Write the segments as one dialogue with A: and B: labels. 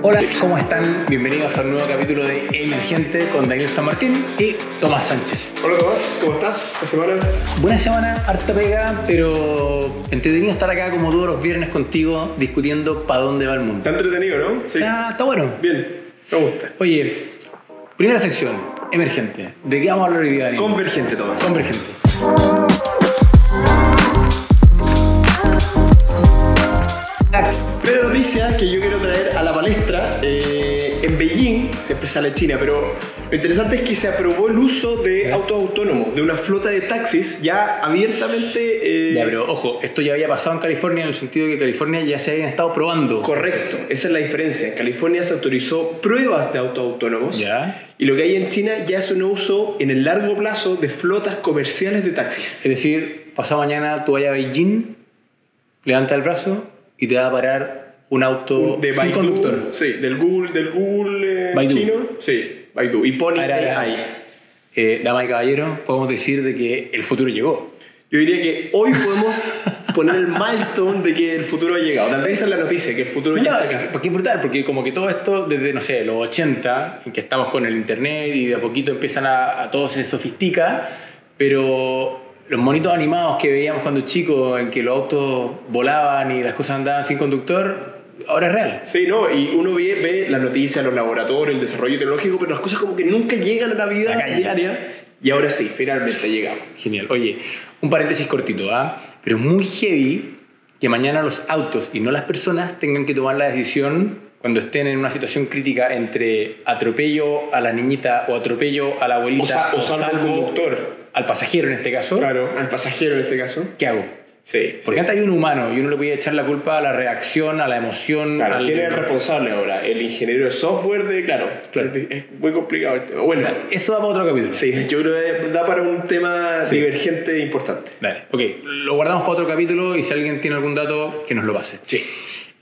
A: Hola, ¿cómo están? Bienvenidos a un nuevo capítulo de Emergente con Daniel San Martín y Tomás Sánchez.
B: Hola Tomás, ¿cómo estás? ¿Esta semana?
A: Buena semana, harta pega, pero entretenido estar acá como todos los viernes contigo discutiendo para dónde va el mundo.
B: Está entretenido, ¿no? Sí.
A: Ah, está bueno.
B: Bien, me gusta.
A: Oye, primera sección, Emergente. ¿De qué vamos a hablar hoy día, Daniel?
B: Convergente, Tomás.
A: Convergente.
B: Primera noticia ah, que yo quiero traer a la palestra. eh, en Beijing, siempre sale China, pero lo interesante es que se aprobó el uso de autos autónomos, de una flota de taxis ya abiertamente... eh,
A: Ya, pero ojo, esto ya había pasado en California en el sentido de que California ya se habían estado probando.
B: Correcto, esa es la diferencia. En California se autorizó pruebas de autos autónomos.
A: Ya.
B: Y lo que hay en China ya es un uso en el largo plazo de flotas comerciales de taxis.
A: Es decir, pasado mañana tú vayas a Beijing, levanta el brazo y te va a parar un auto
B: de
A: sin
B: Baidu,
A: conductor.
B: Sí, del Google, del Google eh,
A: Baidu.
B: chino. Sí, Baidu. Y E Pony
A: Ahora, ahora.
B: AI.
A: Eh, dama y caballero, podemos decir de que el futuro llegó.
B: Yo diría que hoy podemos poner el milestone de que el futuro ha llegado. Tal vez esa es la noticia, que el futuro
A: No,
B: ya está acá.
A: porque es brutal, porque como que todo esto desde, no sé, los 80, en que estamos con el internet y de a poquito empiezan a, a todo se sofistica, pero los monitos animados que veíamos cuando chicos, en que los autos volaban y las cosas andaban sin conductor, ahora es real.
B: Sí, no, y uno ve, ve las noticias, los laboratorios, el desarrollo tecnológico, pero las cosas como que nunca llegan a la vida
A: Acá ya.
B: diaria. Y ahora sí, finalmente llegamos.
A: Genial. Oye, un paréntesis cortito, ¿ah? Pero es muy heavy que mañana los autos y no las personas tengan que tomar la decisión cuando estén en una situación crítica entre atropello a la niñita o atropello a la abuelita
B: O sa- o salvo al conductor.
A: al pasajero en este caso.
B: Claro, al pasajero en este caso.
A: ¿Qué hago?
B: Sí.
A: Porque antes había un humano y uno le podía echar la culpa a la reacción, a la emoción.
B: Claro,
A: al-
B: ¿quién es el responsable ahora? El ingeniero de software de, claro,
A: Claro.
B: es- es muy complicado el tema. Bueno,
A: Eso da para otro capítulo.
B: sí, yo creo que da para un tema
A: Sí.
B: divergente e importante.
A: Dale, ok. Lo guardamos para otro capítulo y si alguien tiene algún dato, que nos lo pase.
B: Sí.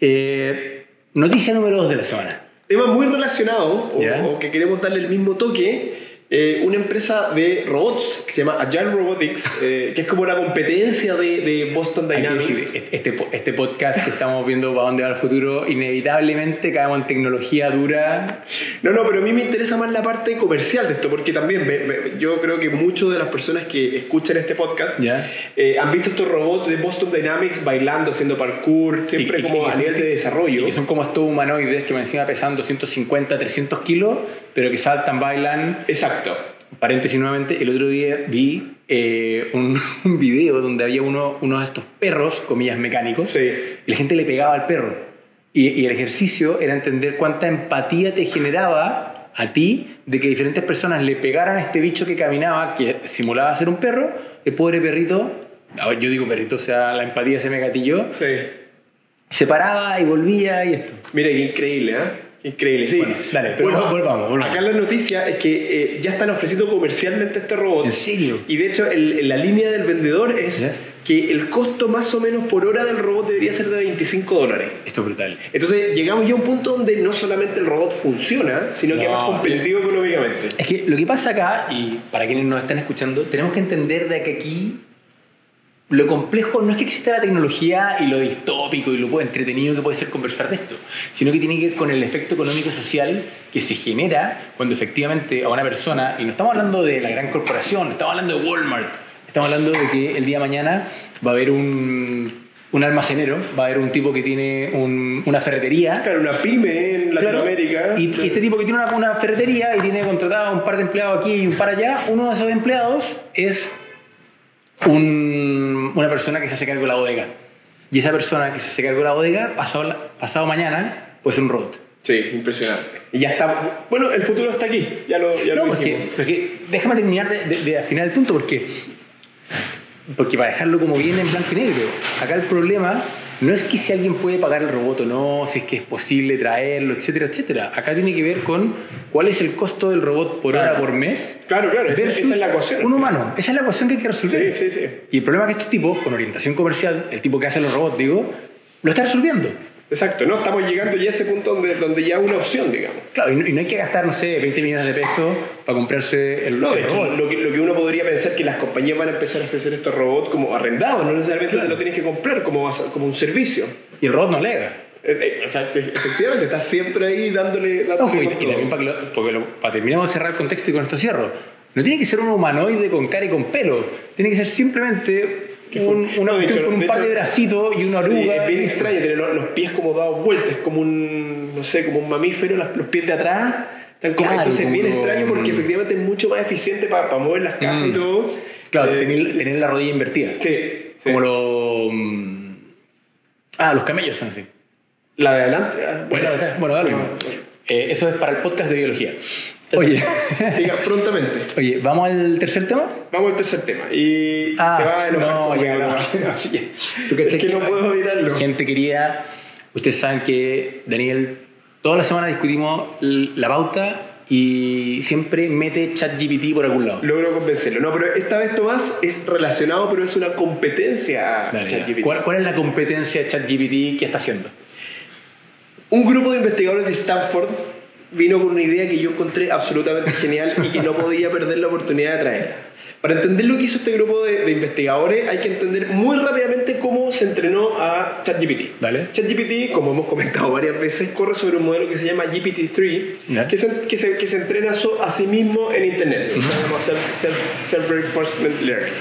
A: Eh, noticia número 2 de la semana.
B: Tema muy relacionado, o,
A: Ya.
B: o que queremos darle el mismo toque, eh, una empresa de robots que se llama Agile Robotics, eh, que es como la competencia de, de Boston
A: Hay que
B: Dynamics.
A: decir, este, po- este podcast que estamos viendo para dónde va el futuro, inevitablemente caemos en tecnología dura.
B: No, no, pero a mí me interesa más la parte comercial de esto, porque también me- me- yo creo que muchas de las personas que escuchan este podcast
A: Ya.
B: eh, han visto estos robots de Boston Dynamics bailando, haciendo parkour, siempre
A: Y- y- y
B: como
A: que
B: a
A: son
B: nivel de
A: ti- Y
B: desarrollo.
A: que son como estos humanoides que encima pesan 250, 300 kilos, pero que saltan, bailan.
B: Exacto.
A: Paréntesis nuevamente, el otro día vi eh, un, un video donde había uno, uno de estos perros, comillas mecánicos,
B: Sí.
A: y la gente le pegaba al perro. Y, y el ejercicio era entender cuánta empatía te generaba a ti de que diferentes personas le pegaran a este bicho que caminaba, que simulaba ser un perro, el pobre perrito, a ver, yo digo perrito, o sea, la empatía se me gatilló,
B: Sí.
A: se paraba y volvía y esto.
B: Mira qué increíble, ¿eh? Qué Increíble, sí.
A: Bueno, dale, pero vol- volvamos, volvamos.
B: Acá la noticia es que eh, ya están ofreciendo comercialmente este robot.
A: ¿En serio?
B: Y de hecho, el- la línea del vendedor es
A: Ya.
B: que el costo más o menos por hora del robot debería ser de 25 dólares.
A: Esto es brutal.
B: Entonces llegamos ya a un punto donde no solamente el robot funciona, sino que es
A: No,
B: más competitivo económicamente.
A: Es que lo que pasa acá, y para quienes nos están escuchando, tenemos que entender de que aquí lo complejo no es que exista la tecnología y lo distópico y lo po- entretenido que puede ser conversar de esto, sino que tiene que ver con el efecto económico-social que se genera cuando efectivamente a una persona, y no estamos hablando de la gran corporación, no estamos hablando de Walmart, estamos hablando de que el día de mañana va a haber un, un almacenero, va a haber un tipo que tiene un- una ferretería
B: Claro, una pyme en
A: Claro.
B: Latinoamérica.
A: Y, y este tipo que tiene una, una ferretería y tiene contratado a un par de empleados aquí y un par allá, uno de esos empleados es un- una persona que se hace cargo de la bodega. Y esa persona que se hace cargo de la bodega, pasado, la- pasado mañana, puede ser un robot.
B: Sí, impresionante. Y ya está. Bueno, el futuro está aquí. Ya lo, ya
A: No,
B: lo
A: porque,
B: dijimos.
A: porque déjame terminar de, de- de afinar el punto, porque, porque para dejarlo como viene en blanco y negro, acá el problema no es que si alguien puede pagar el robot o no, si es que es posible traerlo, etcétera, etcétera. Acá tiene que ver con cuál es el costo del robot por
B: Claro.
A: hora por mes.
B: Claro, claro, esa,
A: versus
B: esa es la ecuación.
A: Un humano, esa es la ecuación que hay que
B: Sí,
A: resolver.
B: sí, sí.
A: Y el problema es que estos tipos, con orientación comercial, el tipo que hace los robots, digo, lo está resolviendo.
B: Exacto, no, estamos llegando ya a ese punto donde, donde ya es una opción, digamos.
A: Claro, y no, y no hay que gastar, no sé, 20 millones de pesos para comprarse el,
B: No, de
A: el
B: hecho,
A: robot.
B: lo que, lo que uno podría pensar que las compañías van a empezar a ofrecer estos robots como arrendados, no necesariamente te lo tienes que comprar como, vas- como un servicio.
A: Y el robot no lega.
B: Eh, Exacto, efectivamente, está siempre ahí dándole... dándole
A: Ojo, y,
B: con
A: y
B: todo.
A: también para, que lo- porque lo- para terminar vamos a cerrar el contexto y con esto cierro. No tiene que ser un humanoide con cara y con pelo. Tiene que ser simplemente
B: Que fue-
A: un, una
B: no, de
A: cuestión
B: hecho,
A: con un
B: de
A: par
B: hecho,
A: de bracitos y una
B: Sí,
A: oruga.
B: es bien
A: y-
B: extraño tener los, los pies como dados vueltas, es como un, no sé, como un mamífero, las- los pies de atrás. Están como,
A: Claro,
B: entonces es bien
A: como-
B: extraño porque efectivamente es mucho más eficiente para, mover las cajas y
A: Mm.
B: todo.
A: Claro,
B: Eh,
A: tener, tener la rodilla invertida.
B: Sí, sí.
A: Como los... mm, Ah, los camellos son así.
B: La de adelante. ah,
A: Bueno, bueno, da lo mismo. Eh, eso es para el podcast de biología. Oye,
B: Siga prontamente.
A: oye, ¿vamos al tercer tema?
B: Vamos al tercer tema. Y te va a enojar
A: Ah, no,
B: conmigo,
A: ya,
B: te
A: no,
B: va.
A: no, sí, ya. ¿Tú
B: Es
A: cachai
B: que no puedo evitarlo.
A: Gente querida, ustedes saben que Daniel, toda la semana discutimos l- la pauta y siempre mete ChatGPT por algún lado.
B: Logro convencerlo. No, pero esta vez Tomás es relacionado, pero es una competencia. a
A: Dale, ya.
B: ChatGPT.
A: ¿Cuál, cuál es la competencia de ChatGPT que está haciendo?
B: Un grupo de investigadores de Stanford vino con una idea que yo encontré absolutamente genial y que no podía perder la oportunidad de traerla. Para entender lo que hizo este grupo de, de investigadores hay que entender muy rápidamente cómo se entrenó a ChatGPT.
A: Dale.
B: ChatGPT, como hemos comentado varias veces, corre sobre un modelo que se llama
A: Ya.
B: GPT-3, que se, que, se, que se entrena so- a sí mismo en Internet, o sea, como self- self- Self-Reinforcement Learning.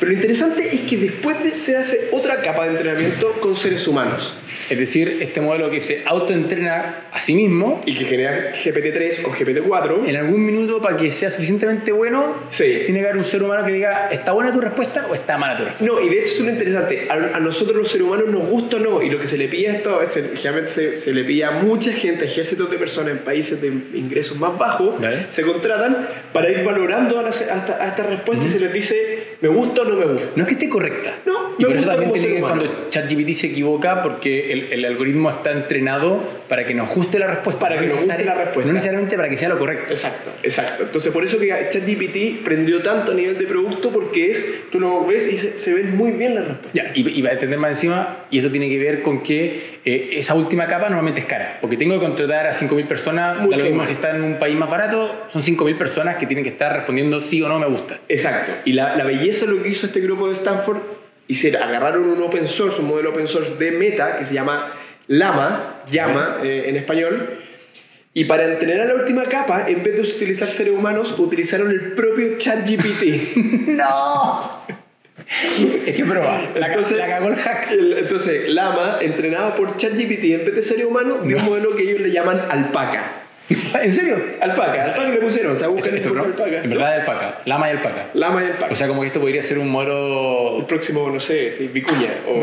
B: Pero lo interesante es que después de se hace otra capa de entrenamiento con seres humanos.
A: Es decir, este modelo que se autoentrena a sí mismo
B: y que genera GPT-3 o GPT-4.
A: en algún minuto para que sea suficientemente bueno,
B: Sí.
A: tiene que haber un ser humano que diga, ¿está buena tu respuesta o está mala tu respuesta?
B: No, y de hecho es lo interesante. A, a nosotros los seres humanos nos gusta o no. Y lo que se le pilla a esto, es, generalmente se, se le pilla a mucha gente, ejércitos de personas en países de ingresos más bajos,
A: Dale.
B: se contratan para ir valorando a, las- a esta- a esta respuesta y se les dice, me gusta o no me gusta.
A: No es que esté correcta.
B: No,
A: y
B: me
A: por eso
B: gusta
A: también
B: como
A: tiene
B: ser
A: que ver
B: humano.
A: cuando ChatGPT se equivoca porque el, el algoritmo está entrenado para que nos guste la respuesta.
B: Para que nos guste
A: necesari-
B: la respuesta.
A: No necesariamente para que sea lo correcto.
B: Exacto, exacto. Entonces, por eso que ChatGPT prendió tanto a nivel de producto, porque es, tú lo ves y se, se ven muy bien las respuestas.
A: Ya, y, y para entender más encima, y eso tiene que ver con que eh, esa última capa normalmente es cara, porque tengo que contratar a 5.000 personas,
B: Mucho
A: da lo mismo
B: más.
A: si está en un país más barato, son 5.000 personas que tienen que estar respondiendo sí o no me gusta.
B: Exacto. Y la, la belleza de lo que hizo este grupo de Stanford, hicieron, agarraron un open source, un modelo open source de Meta, que se llama Lama, llama eh, en español. Y para entrenar a la última capa, en vez de utilizar seres humanos, utilizaron el propio ChatGPT.
A: ¡No! es que prueba, la, ca-
B: Entonces-
A: la cagó el hack.
B: El- entonces, Lama, entrenado por ChatGPT, en vez de seres humanos, de un modelo que ellos le llaman alpaca.
A: ¿En serio?
B: Alpaca, alpaca le pusieron, o sea,
A: Esto-
B: buscan
A: esto,
B: un
A: ¿no?
B: poco alpaca.
A: En verdad, alpaca, lama y alpaca.
B: Lama y alpaca.
A: O sea, como que esto podría ser un
B: el
A: modelo.
B: próximo, no sé, si Vicuña o...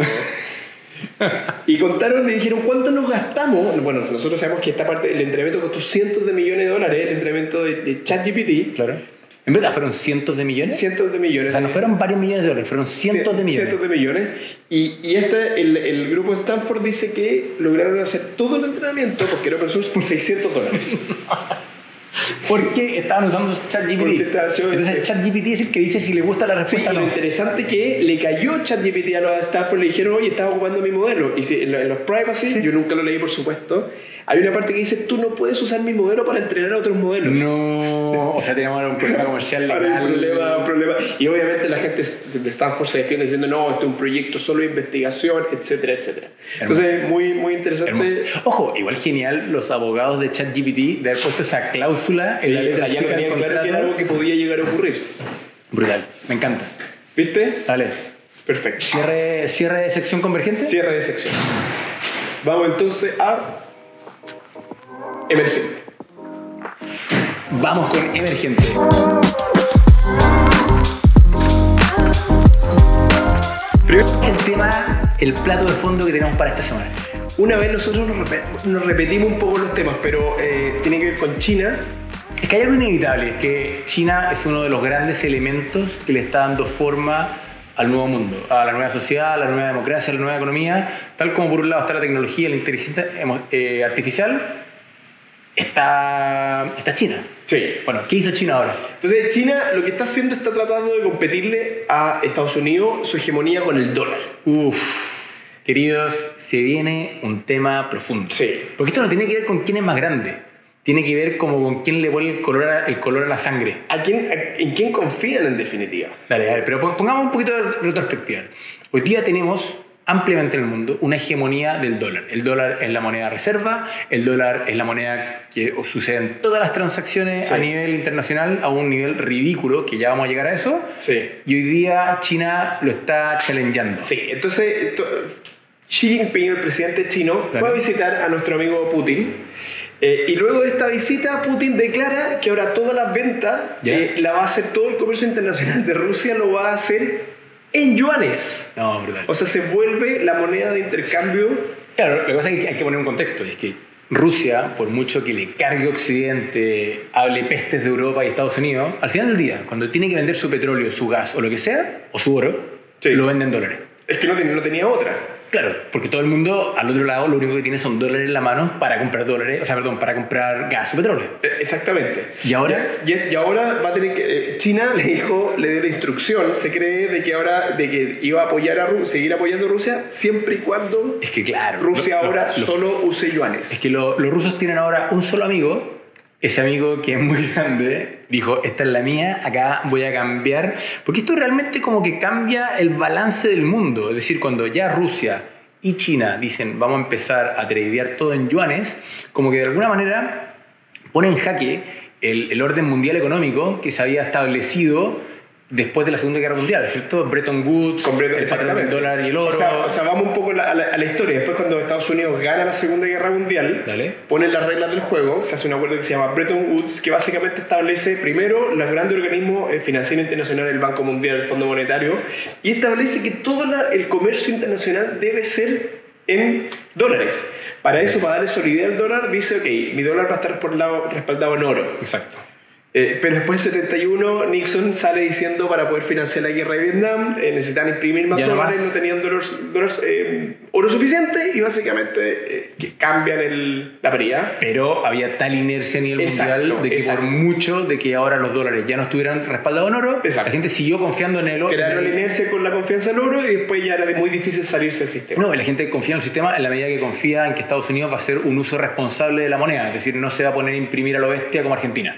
B: y contaron, le dijeron, ¿cuánto nos gastamos? Bueno, nosotros sabemos que esta parte, el entrenamiento costó cientos de millones de dólares, el entrenamiento de, de ChatGPT,
A: Claro. En verdad, fueron cientos de millones.
B: cientos de
A: O
B: millones.
A: sea, no fueron varios millones de dólares, fueron
B: Cien-
A: cientos de millones.
B: Cientos de millones. Y, y este, el, el grupo Stanford dice que lograron hacer todo el entrenamiento, porque era open source, por 600 dólares.
A: ¿Por qué estaban usando
B: Porque
A: ChatGPT?
B: estaba yo-
A: Entonces,
B: sí.
A: ChatGPT es el que dice si le gusta la
B: Sí,
A: respuesta
B: y
A: o
B: lo
A: no.
B: interesante que le cayó ChatGPT a los de Stanford, le dijeron, oye, estás ocupando mi modelo. Y si- en, lo- en los privacy, yo nunca lo leí, por supuesto, hay una parte que dice, tú no puedes usar mi modelo para entrenar a otros modelos.
A: No. O sea, tenemos ahora un problema comercial legal.
B: Ahora hay un problema, un problema. Y obviamente la gente s- de Stanford se defiende diciendo, no, esto es un proyecto solo de investigación, etcétera, etcétera.
A: Hermoso.
B: Entonces, muy, muy interesante.
A: Hermoso. Ojo, igual genial los abogados de ChatGPT de haber puesto esa cláusula
B: Sí,
A: en la
B: o
A: letra
B: sea, ya
A: chica
B: lo
A: del
B: tenían claro que era
A: contrato.
B: algo que podía llegar a ocurrir.
A: Brutal, me encanta.
B: ¿Viste?
A: Dale.
B: Perfecto.
A: Cierre, cierre de sección convergente.
B: Cierre de sección. Vamos entonces a... Emergente.
A: Vamos con Emergente.
B: Primero,
A: El tema, el plato de fondo que tenemos para esta semana.
B: Una vez nosotros nos, repe- nos repetimos un poco los temas, pero eh, tiene que ver con China.
A: Es que hay algo inevitable, es que China es uno de los grandes elementos que le está dando forma al nuevo mundo, a la nueva sociedad, a la nueva democracia, a la nueva economía, tal como por un lado está la tecnología, la inteligencia emo- eh, artificial, está, está China.
B: Sí.
A: Bueno, ¿qué hizo China ahora?
B: Entonces China lo que está haciendo está tratando de competirle a Estados Unidos su hegemonía con el dólar.
A: Uf, queridos, se viene un tema profundo.
B: Sí.
A: Porque esto no tiene que ver con quién es más grande, tiene que ver como con quién le pone el color a, el color a la sangre.
B: ¿A quién, a- ¿En quién confían en definitiva?
A: Dale, dale, pero pon- pongamos un poquito de retrospectiva. Hoy día tenemos ampliamente en el mundo una hegemonía del dólar. El dólar es la moneda reserva, el dólar es la moneda que sucede en todas las transacciones
B: Sí.
A: a nivel internacional a un nivel ridículo, que ya vamos a llegar a eso.
B: Sí.
A: Y hoy día China lo está challengeando.
B: Sí, entonces to- Xi Jinping, el presidente chino,
A: Claro.
B: fue a visitar a nuestro amigo Putin. eh, y luego de esta visita, Putin declara que ahora todas las ventas,
A: Ya.
B: eh, la va a hacer todo el comercio internacional de Rusia, lo va a hacer en yuanes.
A: No, brutal.
B: O sea, se vuelve la moneda de intercambio.
A: Claro, lo que pasa es que hay que poner un contexto, y es que Rusia, por mucho que le cargue Occidente, hable pestes de Europa y Estados Unidos, al final del día, cuando tiene que vender su petróleo, su gas o lo que sea, o su oro,
B: Sí.
A: lo vende en dólares.
B: Es que no, ten- no tenía otra.
A: Claro, porque todo el mundo al otro lado lo único que tiene son dólares en la mano para comprar dólares, o sea, perdón, para comprar gas o petróleo.
B: Eh, Exactamente.
A: Y ahora,
B: Y, y ahora va a tener que. eh, China le dijo, le dio la instrucción, se cree de que ahora de que iba a apoyar a Rusia, seguir apoyando a Rusia siempre y cuando
A: es que claro,
B: Rusia
A: lo- lo-
B: ahora
A: lo-
B: solo use
A: es
B: yuanes.
A: que lo- los rusos tienen ahora un solo amigo, ese amigo que es muy grande, dijo, esta es la mía, acá voy a cambiar, porque esto realmente como que cambia el balance del mundo, es decir, cuando ya Rusia y China dicen, vamos a empezar a tradear todo en yuanes, como que de alguna manera pone en jaque el, el orden mundial económico que se había establecido después de la Segunda Guerra Mundial, ¿cierto? Bretton Woods,
B: Completo-
A: el patrón del dólar y el oro.
B: O sea, o sea, vamos un poco la- a, la, a la historia. Después, cuando Estados Unidos gana la Segunda Guerra Mundial,
A: Dale.
B: ponen las reglas del juego, se hace un acuerdo que se llama Bretton Woods, que básicamente establece primero los grandes organismos eh, financieros internacionales, el Banco Mundial, el Fondo Monetario, y establece que todo la- el comercio internacional debe ser en dólares. Para eso, para darle solidez al dólar, dice, ok, mi dólar va a estar respaldado, respaldado en oro.
A: Exacto.
B: Eh, pero después del 71, Nixon sale diciendo para poder financiar la guerra de Vietnam eh, necesitan imprimir más
A: Ya no
B: dólares,
A: más.
B: no tenían dólares, dólares, eh, oro suficiente y básicamente eh, que cambian el- la paridad.
A: Pero había tal inercia a nivel
B: Exacto,
A: mundial de que
B: exacto.
A: por mucho de que ahora los dólares ya no estuvieran respaldados en oro,
B: Exacto.
A: la gente siguió confiando en el oro.
B: Crearon la inercia con la confianza en oro y después ya era de- muy difícil salirse del sistema.
A: No, la gente confía en el sistema en la medida que confía en que Estados Unidos va a hacer un uso responsable de la moneda, es decir, no se va a poner a imprimir a lo bestia como Argentina.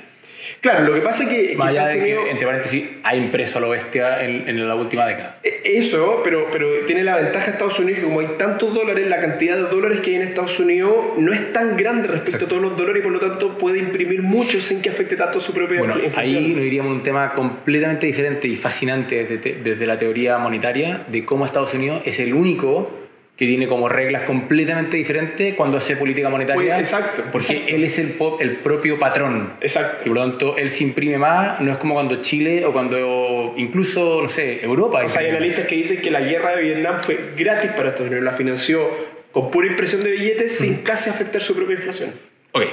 B: Claro, lo que pasa es que, que
A: Más allá
B: Estados
A: de
B: Unidos-
A: que, entre paréntesis, ha impreso a lo bestia en, en la última década.
B: E- Eso, pero, pero tiene la ventaja Estados Unidos que como hay tantos dólares, la cantidad de dólares que hay en Estados Unidos no es tan grande respecto
A: Exacto.
B: a todos los dólares y por lo tanto puede imprimir mucho sin que afecte tanto su propia
A: Bueno,
B: inflación.
A: ahí nos iríamos a un tema completamente diferente y fascinante desde, desde la teoría monetaria de cómo Estados Unidos es el único que tiene como reglas completamente diferentes cuando hace política monetaria.
B: Pues, exacto,
A: Porque
B: exacto.
A: él es el, po- el propio patrón. Y
B: Exacto.
A: por lo tanto, él se imprime más, no es como cuando Chile o cuando incluso, no sé, Europa.
B: O sea, hay analistas que dicen que la guerra de Vietnam fue gratis para Estados Unidos, la financió con pura impresión de billetes
A: Mm.
B: sin casi afectar su propia inflación.
A: Ok.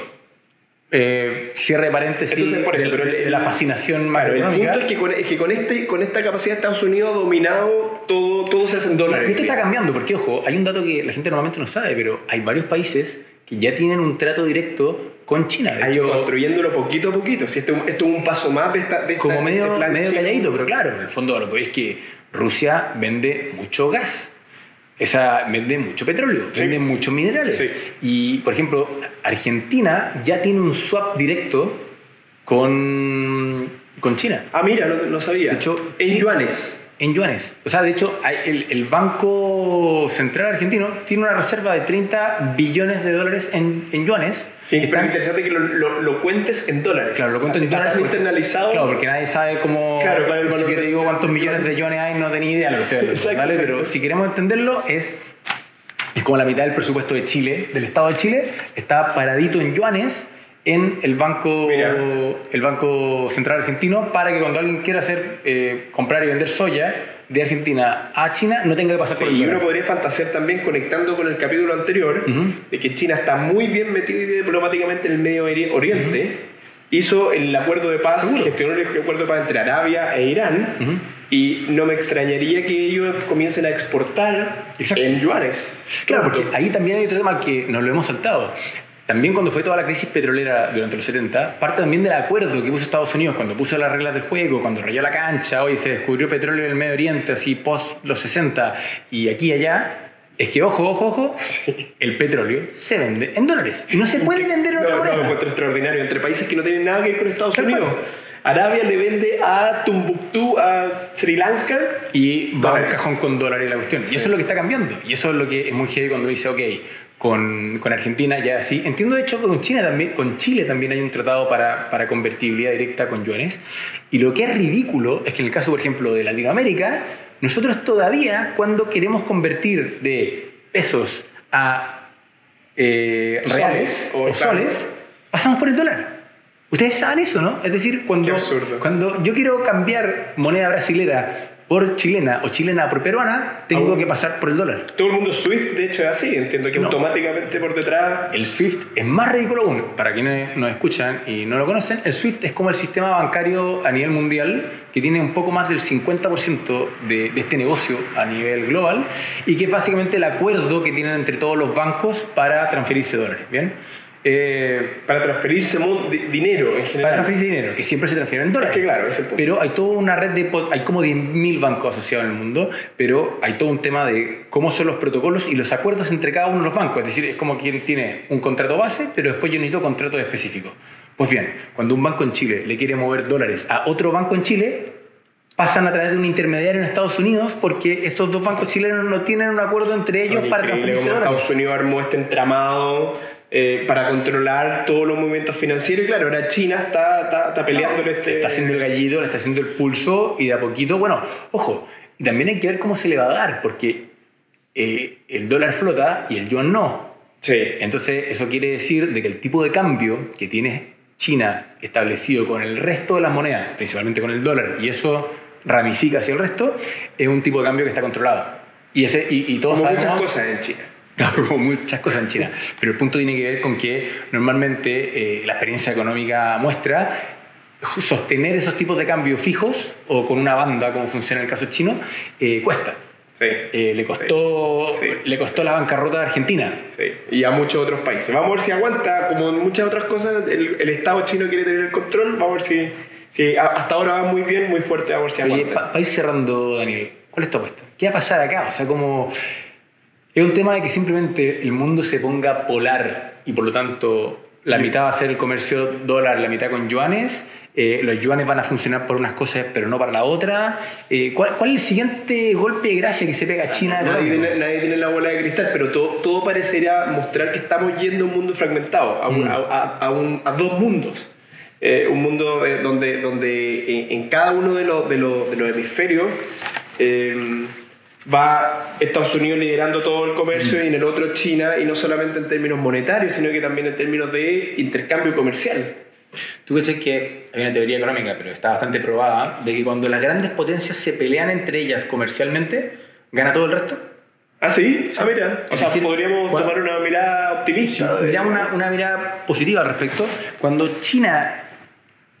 A: Eh, cierre paréntesis
B: Entonces, por eso,
A: de,
B: pero el-
A: de la fascinación
B: Claro, el
A: macroeconómica.
B: punto es que con, es que con, este, con esta capacidad de Estados Unidos dominado, todo, todo se hace en
A: Y
B: dólares.
A: esto está cambiando, porque ojo, hay un dato que la gente normalmente no sabe, pero hay varios países que ya tienen un trato directo con China. De
B: Ha ido
A: hecho,
B: construyéndolo poquito a poquito. Si este, esto es un paso más de esta. de esta-
A: como
B: de
A: medio,
B: este plan
A: medio
B: chino.
A: calladito, pero claro, en el fondo lo que veis es que Rusia vende mucho gas. Esa, vende mucho petróleo,
B: Sí.
A: vende muchos minerales.
B: Sí.
A: Y, por ejemplo, Argentina ya tiene un swap directo con, con China.
B: Ah, mira, no, no sabía.
A: De hecho,
B: en
A: sí.
B: yuanes.
A: En yuanes. O sea, de hecho, hay- el, el Banco Central Argentino tiene una reserva de 30 billones de dólares en, en yuanes.
B: Que es
A: Están-
B: interesante que lo, lo- lo cuentes en dólares.
A: claro, lo cuento en
B: está
A: yuanes
B: tan
A: porque-
B: internalizado.
A: Claro, porque nadie sabe cómo.
B: Claro, cuál es el
A: si
B: valor
A: yo te
B: de-
A: digo cuántos millones de yuanes hay, no tenía idea de lo que estoy hablando.
B: Exacto,
A: ¿vale?
B: exacto.
A: Pero si queremos entenderlo, es, es como la mitad del presupuesto de Chile, del Estado de Chile, está paradito en yuanes en el banco,
B: Mira.
A: el banco Central Argentino para que cuando alguien quiera hacer eh, comprar y vender soya de Argentina a China no tenga que pasar
B: Sí,
A: por el
B: y
A: dólar.
B: uno podría fantasear también conectando con el capítulo anterior
A: Ujú.
B: de que China está muy bien metida diplomáticamente en el Medio Ori- Oriente. Hizo el acuerdo de paz,
A: Seguro.
B: gestionó el acuerdo de paz entre Arabia e Irán.
A: Ujú.
B: Y no me extrañaría que ellos comiencen a exportar
A: Exacto.
B: en yuanes.
A: Claro,
B: Punto.
A: porque ahí también hay otro tema que nos lo hemos saltado. También cuando fue toda la crisis petrolera durante los 70, parte también del acuerdo que puso Estados Unidos cuando puso las reglas del juego, cuando rayó la cancha, hoy se descubrió petróleo en el Medio Oriente, así post los 60 y aquí y allá, es que, ojo, ojo, ojo, el petróleo se vende en dólares. Y no se puede vender en
B: No,
A: otra
B: no,
A: moneda.
B: encuentro extraordinario. Entre países que no tienen nada que ver con Estados
A: Tal
B: Unidos.
A: cual.
B: Arabia le vende a Tumbuctú, a Sri Lanka.
A: Y va al
B: Dólares.
A: cajón con dólares la cuestión. Y eso es lo que está cambiando. Y eso es lo que es muy heavy cuando dice, ok, con, con Argentina ya así. Entiendo de hecho que con China también, con Chile también hay un tratado para, para convertibilidad directa con yuanes. Y lo que es ridículo es que en el caso, por ejemplo, de Latinoamérica, nosotros todavía cuando queremos convertir de pesos a eh,
B: Soles,
A: reales
B: o
A: o
B: claro.
A: soles, pasamos por el dólar. Ustedes saben eso, ¿no? Es decir, cuando,
B: Qué absurdo.
A: cuando yo quiero cambiar moneda brasilera por chilena o chilena por peruana, tengo
B: Aún.
A: que pasar por el dólar.
B: Todo el mundo Swift, de hecho, es así. Entiendo que
A: No.
B: automáticamente por detrás.
A: El SWIFT es más ridículo aún. Para quienes nos escuchan y no lo conocen, el SWIFT es como el sistema bancario a nivel mundial que tiene un poco más del 50% de, de este negocio a nivel global y que es básicamente el acuerdo que tienen entre todos los bancos para transferirse dólares. ¿Bien? Eh,
B: Para transferirse mon- di- dinero en general.
A: para transferirse dinero, que siempre se transfieren en
B: Es
A: dólares.
B: que claro, ese es el punto.
A: Pero hay toda una red de... po- Hay como 10.000 bancos asociados en el mundo, pero hay todo un tema de cómo son los protocolos y los acuerdos entre cada uno de los bancos. Es decir, es como quien tiene un contrato base, pero después yo necesito contratos específicos. Pues bien, cuando un banco en Chile le quiere mover dólares a otro banco en Chile, pasan a través de un intermediario en Estados Unidos porque estos dos bancos chilenos no tienen un acuerdo entre ellos
B: Oye,
A: para
B: increíble
A: transferirse
B: cómo
A: dólares.
B: Estados Unidos armó este entramado eh, para controlar todos los movimientos financieros. Y claro, ahora China está, está, está peleándole este.
A: Está haciendo el gallito, le está haciendo el pulso y de a poquito, bueno, ojo, y también hay que ver cómo se le va a dar, porque eh, el dólar flota y el yuan no.
B: Sí.
A: Entonces, eso quiere decir de que el tipo de cambio que tiene China establecido con el resto de las monedas, principalmente con el dólar, y eso ramifica hacia el resto, es un tipo de cambio que está controlado. Y, ese, y, y todos
B: Como
A: sabemos-
B: muchas cosas en China.
A: Claro, como muchas cosas en China. Pero el punto tiene que ver con que normalmente eh, la experiencia económica muestra sostener esos tipos de cambios fijos o con una banda, como funciona en el caso chino, eh, cuesta.
B: Sí.
A: Eh, le, costó,
B: Sí. Sí.
A: le costó la bancarrota de Argentina.
B: Sí, y a muchos otros países. Vamos a ver si aguanta, como en muchas otras cosas, el, el Estado chino quiere tener el control. Vamos a ver si, si a- hasta ahora va muy bien, muy fuerte, vamos a ver si
A: Oye,
B: aguanta.
A: para ir cerrando, Daniel, ¿cuál es tu apuesta? ¿Qué va a pasar acá? O sea, como... Es un tema de que simplemente el mundo se ponga polar y por lo tanto la mitad va a ser el comercio dólar, la mitad con yuanes. eh, los yuanes van a funcionar por unas cosas pero no para la otra. Eh, ¿cuál, cuál es el siguiente golpe de gracia que se pega a China?
B: Nadie
A: económico?
B: tiene, nadie tiene la bola de cristal, pero todo, todo parecería mostrar que estamos yendo a un mundo fragmentado, a, un-
A: Mm.
B: a- a- a un- a dos mundos. Eh, un mundo de- donde, donde en, en cada uno de los, de los- de los hemisferios eh, va Estados Unidos liderando todo el comercio
A: Mm.
B: y en el otro China, y no solamente en términos monetarios, sino que también en términos de intercambio comercial.
A: Tú cachas que hay una teoría económica, pero está bastante probada, de que cuando las grandes potencias se pelean entre ellas comercialmente, gana todo el resto.
B: ¿Ah, sí? Ah, mira. O
A: Es
B: sea,
A: decir,
B: podríamos
A: cua-
B: tomar una mirada optimista. de-
A: Mirá una, una mirada positiva al respecto. Cuando China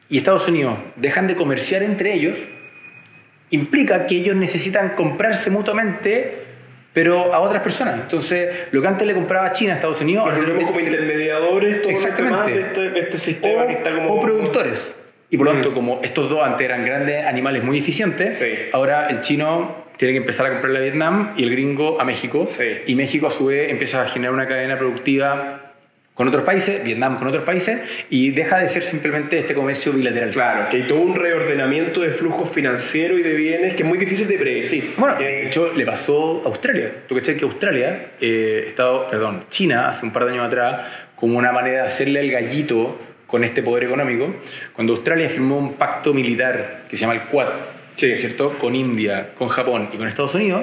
A: y Estados Unidos dejan de comerciar entre ellos, implica que ellos necesitan comprarse mutuamente, pero a otras personas. Entonces, lo que antes le compraba China a Estados Unidos,
B: Nos
A: ahora
B: volvemos
A: le-
B: como
A: se-
B: intermediadores todo lo demás
A: Exactamente.
B: de este, de este sistema
A: o,
B: que está como.
A: o productores. Y por lo
B: Mm.
A: tanto, como estos dos antes eran grandes animales muy eficientes,
B: Sí.
A: ahora el chino tiene que empezar a comprarle a Vietnam y el gringo a México.
B: Sí.
A: Y México a su vez empieza a generar una cadena productiva con otros países, Vietnam con otros países, y deja de ser simplemente este comercio bilateral.
B: Claro, que hay todo un reordenamiento de flujos financieros y de bienes que es muy difícil de predecir.
A: Bueno,
B: Que-
A: Eh, de hecho le pasó a Australia. Tú cachai que Australia, eh, estado, perdón, China hace un par de años atrás, como una manera de hacerle el gallito con este poder económico, cuando Australia firmó un pacto militar que se llama el Quad,
B: Sí.
A: ¿cierto? Con India, con Japón y con Estados Unidos,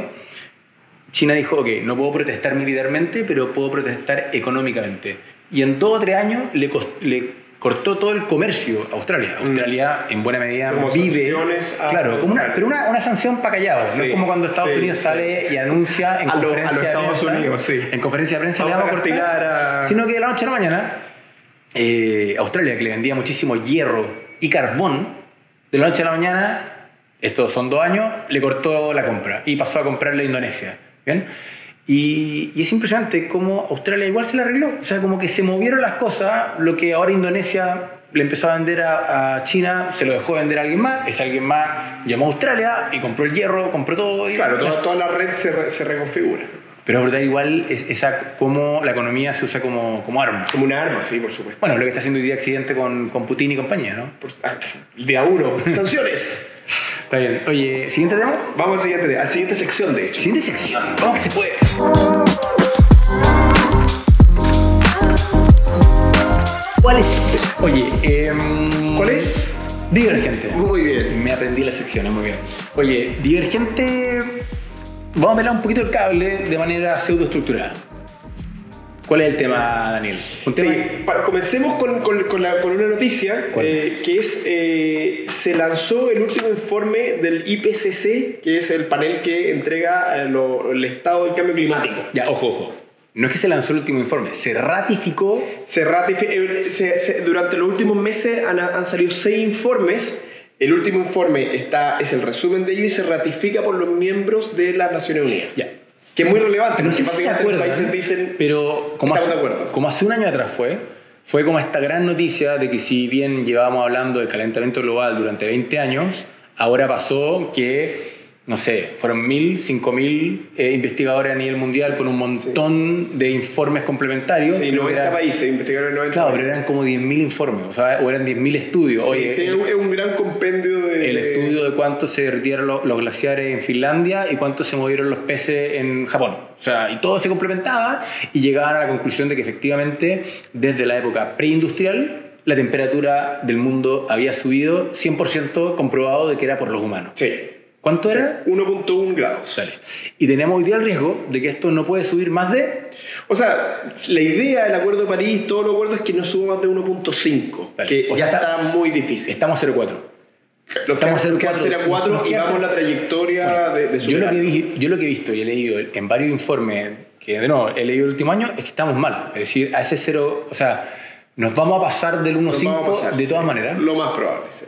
A: China dijo, ok, no puedo protestar militarmente, pero puedo protestar económicamente. Y en dos o tres años le, cost- le cortó todo el comercio a Australia. Australia, en buena medida,
B: Como
A: vive...
B: sanciones a-
A: claro, como una- pero una, una sanción para callado. no
B: Sí,
A: es como cuando Estados
B: sí,
A: Unidos
B: sí.
A: sale y anuncia en
B: A lo-
A: conferencia
B: a los
A: de
B: Estados
A: prensa-
B: Unidos, sí.
A: En conferencia de prensa le
B: Vamos
A: vamos
B: a
A: a cortar,
B: castigar a-
A: sino que de la noche a la mañana eh, Australia, que le vendía muchísimo hierro y carbón, de la noche a la mañana, estos son dos años, le cortó la compra y pasó a comprarle a Indonesia. ¿Bien? Y, y es impresionante cómo Australia igual se la arregló. O sea, como que se movieron las cosas, lo que ahora Indonesia le empezó a vender a, a China, se lo dejó vender a alguien más, ese alguien más llamó a Australia y compró el hierro, compró todo. Y
B: claro, toda, toda la red se, re- se reconfigura.
A: Pero es verdad igual es, esa, cómo la economía se usa como, como arma.
B: Como una arma, sí, por supuesto.
A: Bueno, lo que está haciendo hoy día accidente con, con Putin y compañía, ¿no?
B: Por- ah, de a uno. Sanciones.
A: Está bien. Oye, siguiente tema.
B: Vamos al siguiente, a la siguiente sección, de hecho.
A: Siguiente sección. Vamos que se puede. ¿Cuál es? Oye, em,
B: ¿Cuál es?
A: Divergente.
B: Muy bien.
A: Me aprendí las secciones, muy bien. Oye, Divergente. Vamos a pelar un poquito el cable de manera pseudoestructurada. ¿Cuál es el tema, Daniel? Un tema.
B: Sí, pa- comencemos con, con- con la- con una noticia
A: ¿Cuál?
B: eh, que es eh, se lanzó el último informe del IPCC, que es el panel que entrega eh, lo- el estado del cambio climático.
A: Ya, ojo, ojo. No es que se lanzó el último informe, se ratificó.
B: Se ratifi- eh, se- se- durante los últimos meses han, han salido seis informes. El último informe está, es el resumen de ello y se ratifica por los miembros de las Naciones Unidas.
A: Ya.
B: Que es muy relevante,
A: No sé
B: porque
A: si se
B: básicamente los
A: acuerdan,
B: países dicen
A: pero como hace,
B: estamos de acuerdo.
A: como hace un año atrás fue, fue como esta gran noticia de que si bien llevábamos hablando del calentamiento global durante 20 años, ahora pasó que, no sé, fueron mil, cinco mil eh, investigadores a nivel mundial con un montón de informes complementarios.
B: sí,
A: Creo que
B: 90
A: eran-
B: países, investigaron en 90
A: Claro, pero
B: países.
A: eran como 10.000 informes, o sea, o eran 10.000 estudios.
B: Sí,
A: Oye,
B: sí, es un- es un gran compendio de...
A: el estudio de cuánto se derritieron lo- los, glaciares en Finlandia y cuánto se movieron los peces en Japón. O sea, y todo se complementaba y llegaban a la conclusión de que efectivamente desde la época preindustrial la temperatura del mundo había subido 100% comprobado de que era por los humanos.
B: Sí.
A: ¿Cuánto
B: Sí,
A: era?
B: 1.1 grados.
A: Dale. Y tenemos hoy día el riesgo de que esto no puede subir más de...
B: O sea, la idea del Acuerdo de París, todos los acuerdos, es que no suba más de 1.5,
A: Dale.
B: que
A: O
B: ya
A: sea,
B: está,
A: está-
B: muy difícil.
A: Estamos 0,4.
B: Lo
A: estamos
B: que-
A: a
B: que
A: 0,4.
B: hacer a 4
A: Nos
B: y
A: queda
B: vamos
A: hacer-
B: la trayectoria de, de
A: Yo lo, que
B: superarlo.
A: vi- yo lo que he visto y he leído en varios informes que de nuevo he leído el último año es que estamos mal. Es decir, a ese cero, o sea, nos vamos a pasar del
B: Nos vamos a
A: 1.5
B: pasar,
A: de
B: sí.
A: todas maneras.
B: Lo más probable, sí.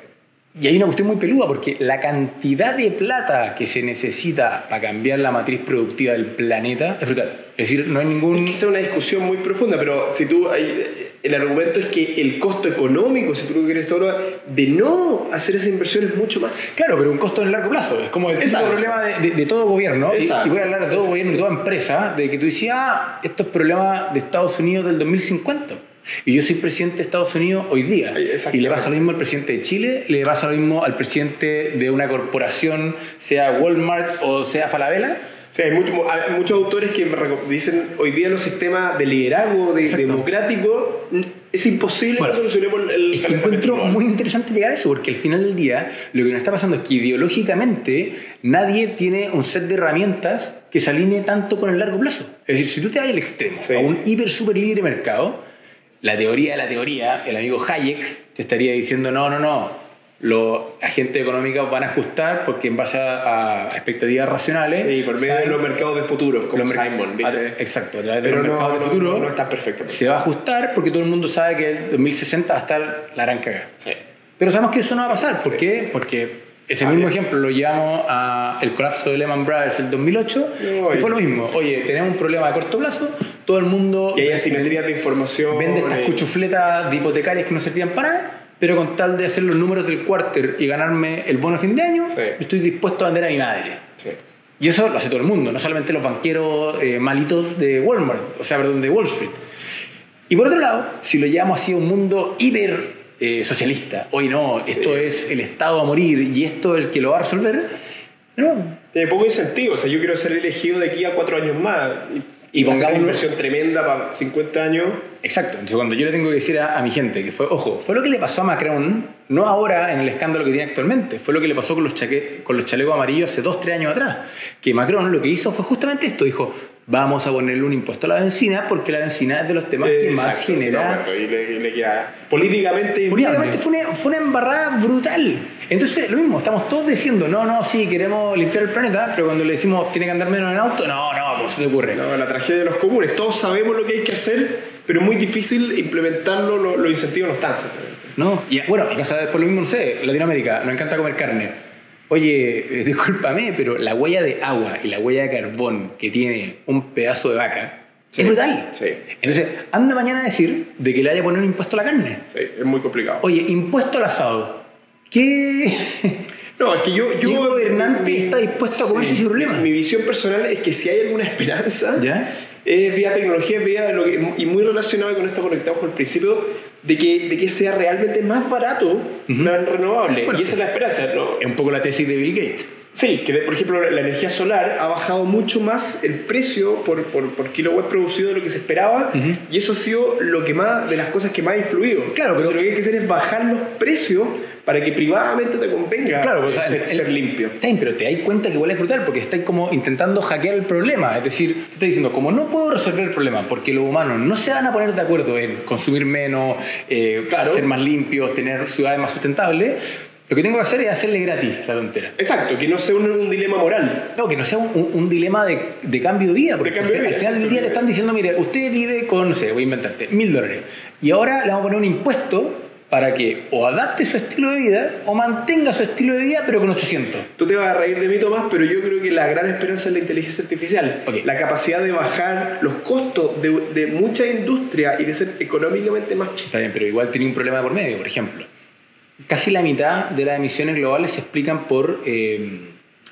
A: Y hay una cuestión muy peluda porque la cantidad de plata que se necesita para cambiar la matriz productiva del planeta es brutal. Es decir, no hay ningún...
B: Es que esa es una discusión muy profunda, pero si tú. hay- El argumento es que el costo económico, si tú lo quieres todo, de no hacer esa inversión es mucho más.
A: Claro, pero un costo en largo plazo. Es como el típico
B: Exacto.
A: problema de, de- de todo gobierno. Y,
B: Exacto.
A: y voy a hablar de todo
B: Exacto.
A: gobierno y toda empresa, de que tú decías, ah, esto es problema de Estados Unidos del 2050. Y yo soy presidente de Estados Unidos hoy día.
B: Ay, exacto.
A: Y le pasa lo mismo al presidente de Chile, le pasa lo mismo al presidente de una corporación, sea Walmart o sea Falabella.
B: O sea, hay, mucho- hay muchos autores que reco- dicen hoy día los sistemas de liderazgo de-
A: Exacto.
B: democrático mm, es imposible
A: Bueno,
B: que solucionemos el
A: Es que encuentro
B: global.
A: muy interesante llegar a eso, porque al final del día lo que nos está pasando es que ideológicamente nadie tiene un set de herramientas que se alinee tanto con el largo plazo. Es decir, si tú te vas al extremo,
B: Sí.
A: a un hiper super libre mercado, la teoría de la teoría, el amigo Hayek te estaría diciendo, no, no, no, los agentes económicos van a ajustar porque en base a, a expectativas racionales...
B: Sí, por medio
A: saben-
B: de los mercados de futuros, como
A: los mer-
B: Simon
A: a-
B: dice.
A: Exacto, a través de
B: Pero
A: los
B: no,
A: mercados de
B: no,
A: futuro
B: no, no está perfecto.
A: se va a ajustar porque todo el mundo sabe que el 2060 va a estar la gran cagada.
B: Sí.
A: Pero sabemos que eso no va a pasar. ¿Por
B: Sí,
A: qué?
B: sí.
A: Porque ese
B: Ah,
A: mismo
B: bien.
A: ejemplo lo llevamos a el colapso de Lehman Brothers el 2008
B: No,
A: y fue
B: y-
A: lo mismo. Oye, tenemos un problema de corto plazo, todo el mundo
B: Y hay asimetrías de información.
A: vende estas
B: eh,
A: cuchufletas de hipotecarias que no servían para nada, pero con tal de hacer los números del cuarter y ganarme el bono a fin de año,
B: Sí.
A: yo estoy dispuesto a vender a mi madre.
B: sí.
A: Y eso lo hace todo el mundo, no solamente los banqueros eh, malitos de Walmart, o sea, perdón, de Wall Street. Y por otro lado, si lo llevamos así a un mundo hiper eh, socialista, hoy no,
B: Sí.
A: esto es el Estado a morir y esto es el que lo va a resolver, no.
B: Tiene poco incentivo. O sea, yo quiero ser elegido de aquí a cuatro años más. Y,
A: Y
B: y hacer una
A: pongámoslo-
B: inversión tremenda para 50 años.
A: Exacto, entonces cuando yo le tengo que decir a, a mi gente que fue, ojo, fue lo que le pasó a Macron, no ahora en el escándalo que tiene actualmente, fue lo que le pasó con los, chaque- con los chalecos amarillos hace dos, tres años atrás, que Macron lo que hizo fue justamente esto, dijo, vamos a ponerle un impuesto a la bencina porque la bencina es de los temas que
B: Eh,
A: más
B: exacto, sí,
A: genera...
B: me acuerdo. y, le, y le queda políticamente
A: Políticamente
B: inviable.
A: fue una, fue una embarrada brutal. Entonces, lo mismo, estamos todos diciendo, no, no, sí, queremos limpiar el planeta, pero cuando le decimos, tiene que andar menos en auto, no, no, pues se te ocurre.
B: No, la tragedia de los comunes. Todos sabemos lo que hay que hacer, pero es muy difícil implementarlo. lo- los incentivos no están.
A: No, y bueno, y pasa por lo mismo, no sé, Latinoamérica, nos encanta comer carne. Oye, eh, discúlpame, pero la huella de agua y la huella de carbón que tiene un pedazo de vaca
B: Sí,
A: es brutal.
B: sí.
A: Entonces, anda mañana a decir de que le haya poner un impuesto a la carne.
B: Sí, es muy complicado.
A: Oye, impuesto al asado. ¿Qué?
B: No, es que yo... yo
A: Diego Bernante
B: mi-
A: está dispuesto a comerse
B: sí.
A: ese problema.
B: Mi visión personal es que si hay alguna esperanza,
A: ¿Ya?
B: es vía tecnología, es vía lo que- y muy relacionado con esto conectado con el principio de que, de que sea realmente más barato la renovable.
A: Bueno,
B: y esa es la esperanza, ¿no?
A: Es un poco la tesis de Bill Gates.
B: Sí, que de- por ejemplo la energía solar ha bajado mucho más el precio por, por, por kilowatt producido de lo que se esperaba
A: Ujú.
B: y eso ha sido lo que más, de las cosas que más ha influido.
A: Claro, pero-
B: Entonces, lo que hay que hacer es bajar los precios para que privadamente te convenga
A: Claro, pero,
B: eh,
A: o sea,
B: ser,
A: el-
B: ser limpio.
A: Está bien, pero te das cuenta que igual es brutal porque estás como intentando hackear el problema. Es decir, te estás diciendo, como no puedo resolver el problema porque los humanos no se van a poner de acuerdo en consumir menos, eh,
B: Claro.
A: ser más limpios, tener ciudades más sustentables, lo que tengo que hacer es hacerle gratis la tontera.
B: Exacto, que no sea un, un dilema moral.
A: No, que no sea un, un- un dilema de, de cambio de vida, porque
B: De cambio de
A: al
B: vida,
A: final del
B: exacto.
A: día le están diciendo, mire, usted vive con, no sé, voy a inventarte, mil dólares, y ahora le vamos a poner un impuesto para que o adapte su estilo de vida o mantenga su estilo de vida pero con 800.
B: Tú te vas a reír de mí, Tomás, pero yo creo que la gran esperanza es la inteligencia artificial.
A: Ok.
B: La capacidad de bajar los costos de, de mucha industria y de ser económicamente más...
A: Está bien, pero igual tiene un problema por medio, por ejemplo. Casi la mitad de las emisiones globales se explican por eh,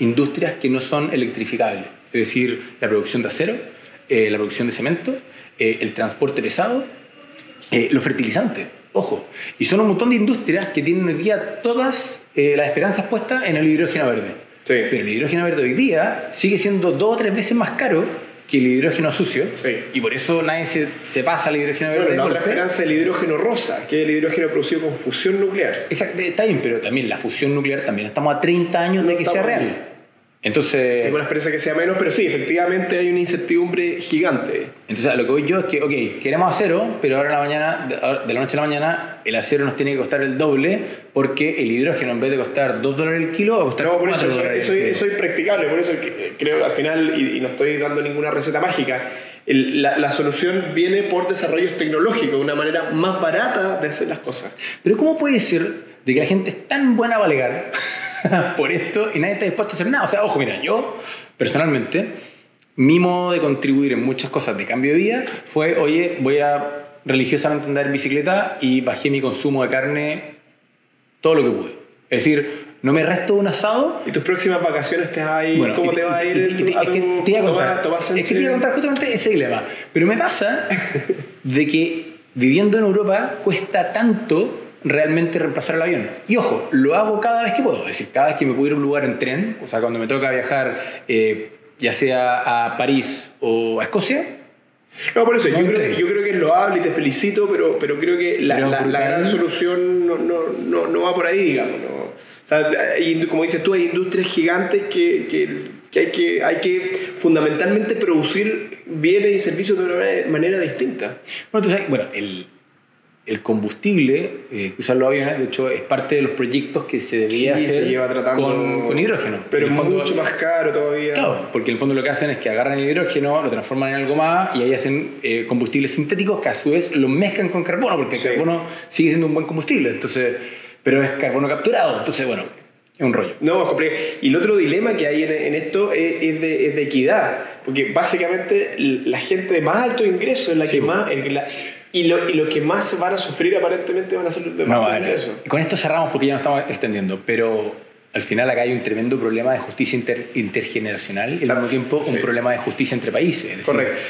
A: industrias que no son electrificables, es decir, la producción de acero, eh, la producción de cemento, eh, el transporte pesado, eh, los fertilizantes, ojo. Y son un montón de industrias que tienen hoy día todas eh, las esperanzas puestas en el hidrógeno verde.
B: Sí.
A: Pero el hidrógeno verde hoy día sigue siendo dos o tres veces más caro que el hidrógeno sucio.
B: Sí.
A: Y por eso nadie se, se pasa al hidrógeno verde.
B: Bueno,
A: de
B: la otra
A: golpe.
B: esperanza es el hidrógeno rosa, que es el hidrógeno producido con fusión nuclear.
A: Exacto, está bien, pero también la fusión nuclear también. Estamos a 30 años de
B: No
A: que sea
B: estamos bien.
A: real. Entonces,
B: Tengo una esperanza que sea menos, pero sí, efectivamente hay una incertidumbre gigante.
A: entonces, a lo que voy yo es que, ok, queremos acero, pero ahora en la mañana, de ahora- de la noche a la mañana, el acero nos tiene que costar el doble porque el hidrógeno, en vez de costar 2 dólares el kilo, va a costar
B: No, por eso,
A: cuatro
B: eso,
A: dólares
B: eso-
A: el kilo.
B: eso es impracticable, por eso que- eh, creo que al final, y, y no estoy dando ninguna receta mágica, el- la, la solución viene por desarrollos tecnológicos, una manera más barata de hacer las cosas.
A: Pero ¿cómo puede ser de que la gente es tan buena para alegar por esto y nadie está dispuesto a hacer nada? O sea, ojo, mira, yo personalmente, mi modo de contribuir en muchas cosas de cambio de vida fue, oye, voy a religiosamente andar en bicicleta y bajé mi consumo de carne todo lo que pude. Es decir, no me resto de un asado,
B: ¿Y tus próximas vacaciones te vas a ir?
A: bueno,
B: ¿Cómo
A: y-
B: te va a
A: y-
B: ir?
A: y-
B: en tu-
A: y-
B: a
A: es que
B: tu-
A: te iba a
B: Tomás-
A: contar,
B: Tomás
A: es que te iba a
B: Sánchez?
A: contar justamente ese dilema. Pero me pasa de que viviendo en Europa cuesta tanto realmente reemplazar el avión. Y ojo, lo hago cada vez que puedo. Es decir, cada vez que me puedo ir a un lugar en tren, o sea, cuando me toca viajar, eh, ya sea a París o a Escocia,
B: No, por eso, yo
A: No
B: creo,
A: entiendo.
B: yo creo que es loable y te felicito, pero, pero creo que la,
A: Pero
B: la- la
A: brutal.
B: gran solución no, no, no, no va por ahí, digamos. ¿no? O sea, hay indu- como dices tú, hay industrias gigantes que, que, que hay que hay que fundamentalmente producir bienes y servicios de una manera, manera distinta.
A: Bueno, tú sabes, bueno, el, el combustible eh, que usan los aviones, de hecho, es parte de los proyectos que se debía
B: Sí,
A: hacer
B: se lleva tratando
A: con, con hidrógeno.
B: Pero
A: En el fondo-
B: mucho más caro todavía.
A: Claro, porque en el fondo lo que hacen es que agarran el hidrógeno, lo transforman en algo más y ahí hacen eh, combustibles sintéticos que a su vez lo mezclan con carbono, porque
B: Sí.
A: el carbono sigue siendo un buen combustible, entonces, pero es carbono capturado, entonces bueno, es un rollo.
B: No, es complejo. Y el otro dilema que hay en, en esto es, es de, es de equidad, porque básicamente l- la gente de más alto ingreso es la
A: Sí.
B: que más... el que la- y, lo, y los que más van a sufrir aparentemente van a ser los de más
A: No, a
B: alto
A: ver,
B: ingreso.
A: con esto cerramos porque ya nos estamos extendiendo, pero al final acá hay un tremendo problema de justicia inter- intergeneracional y al mismo tiempo
B: Sí.
A: un problema de justicia entre países. es decir,
B: Correcto.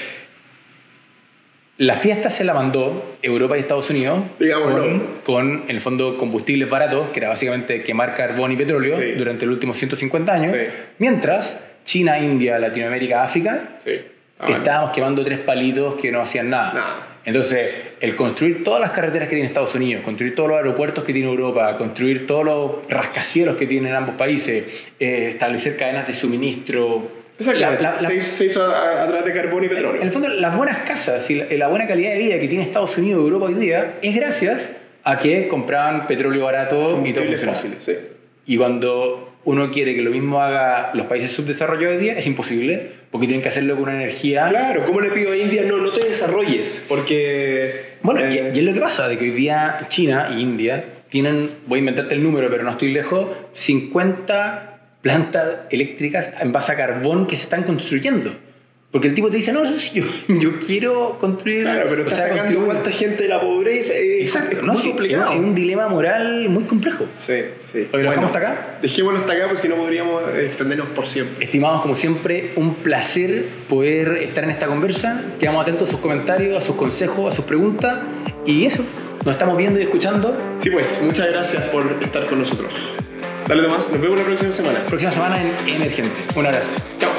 A: La fiesta se la mandó Europa y Estados Unidos
B: Digámoslo.
A: con, con, en el fondo, combustibles baratos, que era básicamente quemar carbón y petróleo
B: Sí.
A: durante los últimos 150 años,
B: Sí.
A: mientras China, India, Latinoamérica, África,
B: Sí. Ah,
A: estábamos quemando tres palitos que no hacían nada.
B: Nada.
A: Entonces, el construir todas las carreteras que tiene Estados Unidos, construir todos los aeropuertos que tiene Europa, construir todos los rascacielos que tienen ambos países, eh, establecer cadenas de suministro.
B: Exacto,
A: la- la- la-
B: se, hizo- se hizo a, a través de carbón y petróleo.
A: en el fondo, las buenas casas y la, la buena calidad de vida que tiene Estados Unidos y Europa hoy día es gracias a que compraban petróleo barato y todo
B: Combustibles
A: funcionaba.
B: fósiles, sí.
A: Y cuando uno quiere que lo mismo haga los países subdesarrollados hoy día, es imposible, porque tienen que hacerlo con una energía...
B: Claro, ¿cómo le pido a India? No, no te desarrolles, porque...
A: Bueno, y-
B: eh,
A: y, es lo que pasa, de que hoy día China e India tienen, voy a inventarte el número, pero no estoy lejos, 50 plantas eléctricas en base a carbón que se están construyendo. Porque el tipo te dice, no, yo, yo quiero construir...
B: Claro, pero
A: o
B: está
A: sea,
B: sacando
A: construir-
B: cuánta gente de la pobreza. eh,
A: Exacto,
B: es
A: no,
B: muy
A: sí,
B: complicado.
A: Es un dilema moral muy complejo.
B: Sí, sí.
A: Oye, ¿lo dejamos hasta acá?
B: Dejémoslo hasta acá porque no podríamos extendernos por siempre.
A: Estimados, como siempre, un placer poder estar en esta conversa. Quedamos atentos a sus comentarios, a sus consejos, a sus preguntas. Y eso, nos estamos viendo y escuchando.
B: Sí, pues, muchas gracias por estar con nosotros. Dale nomás, nos vemos la próxima semana.
A: Próxima semana en Emergente. Un abrazo.
B: Chao.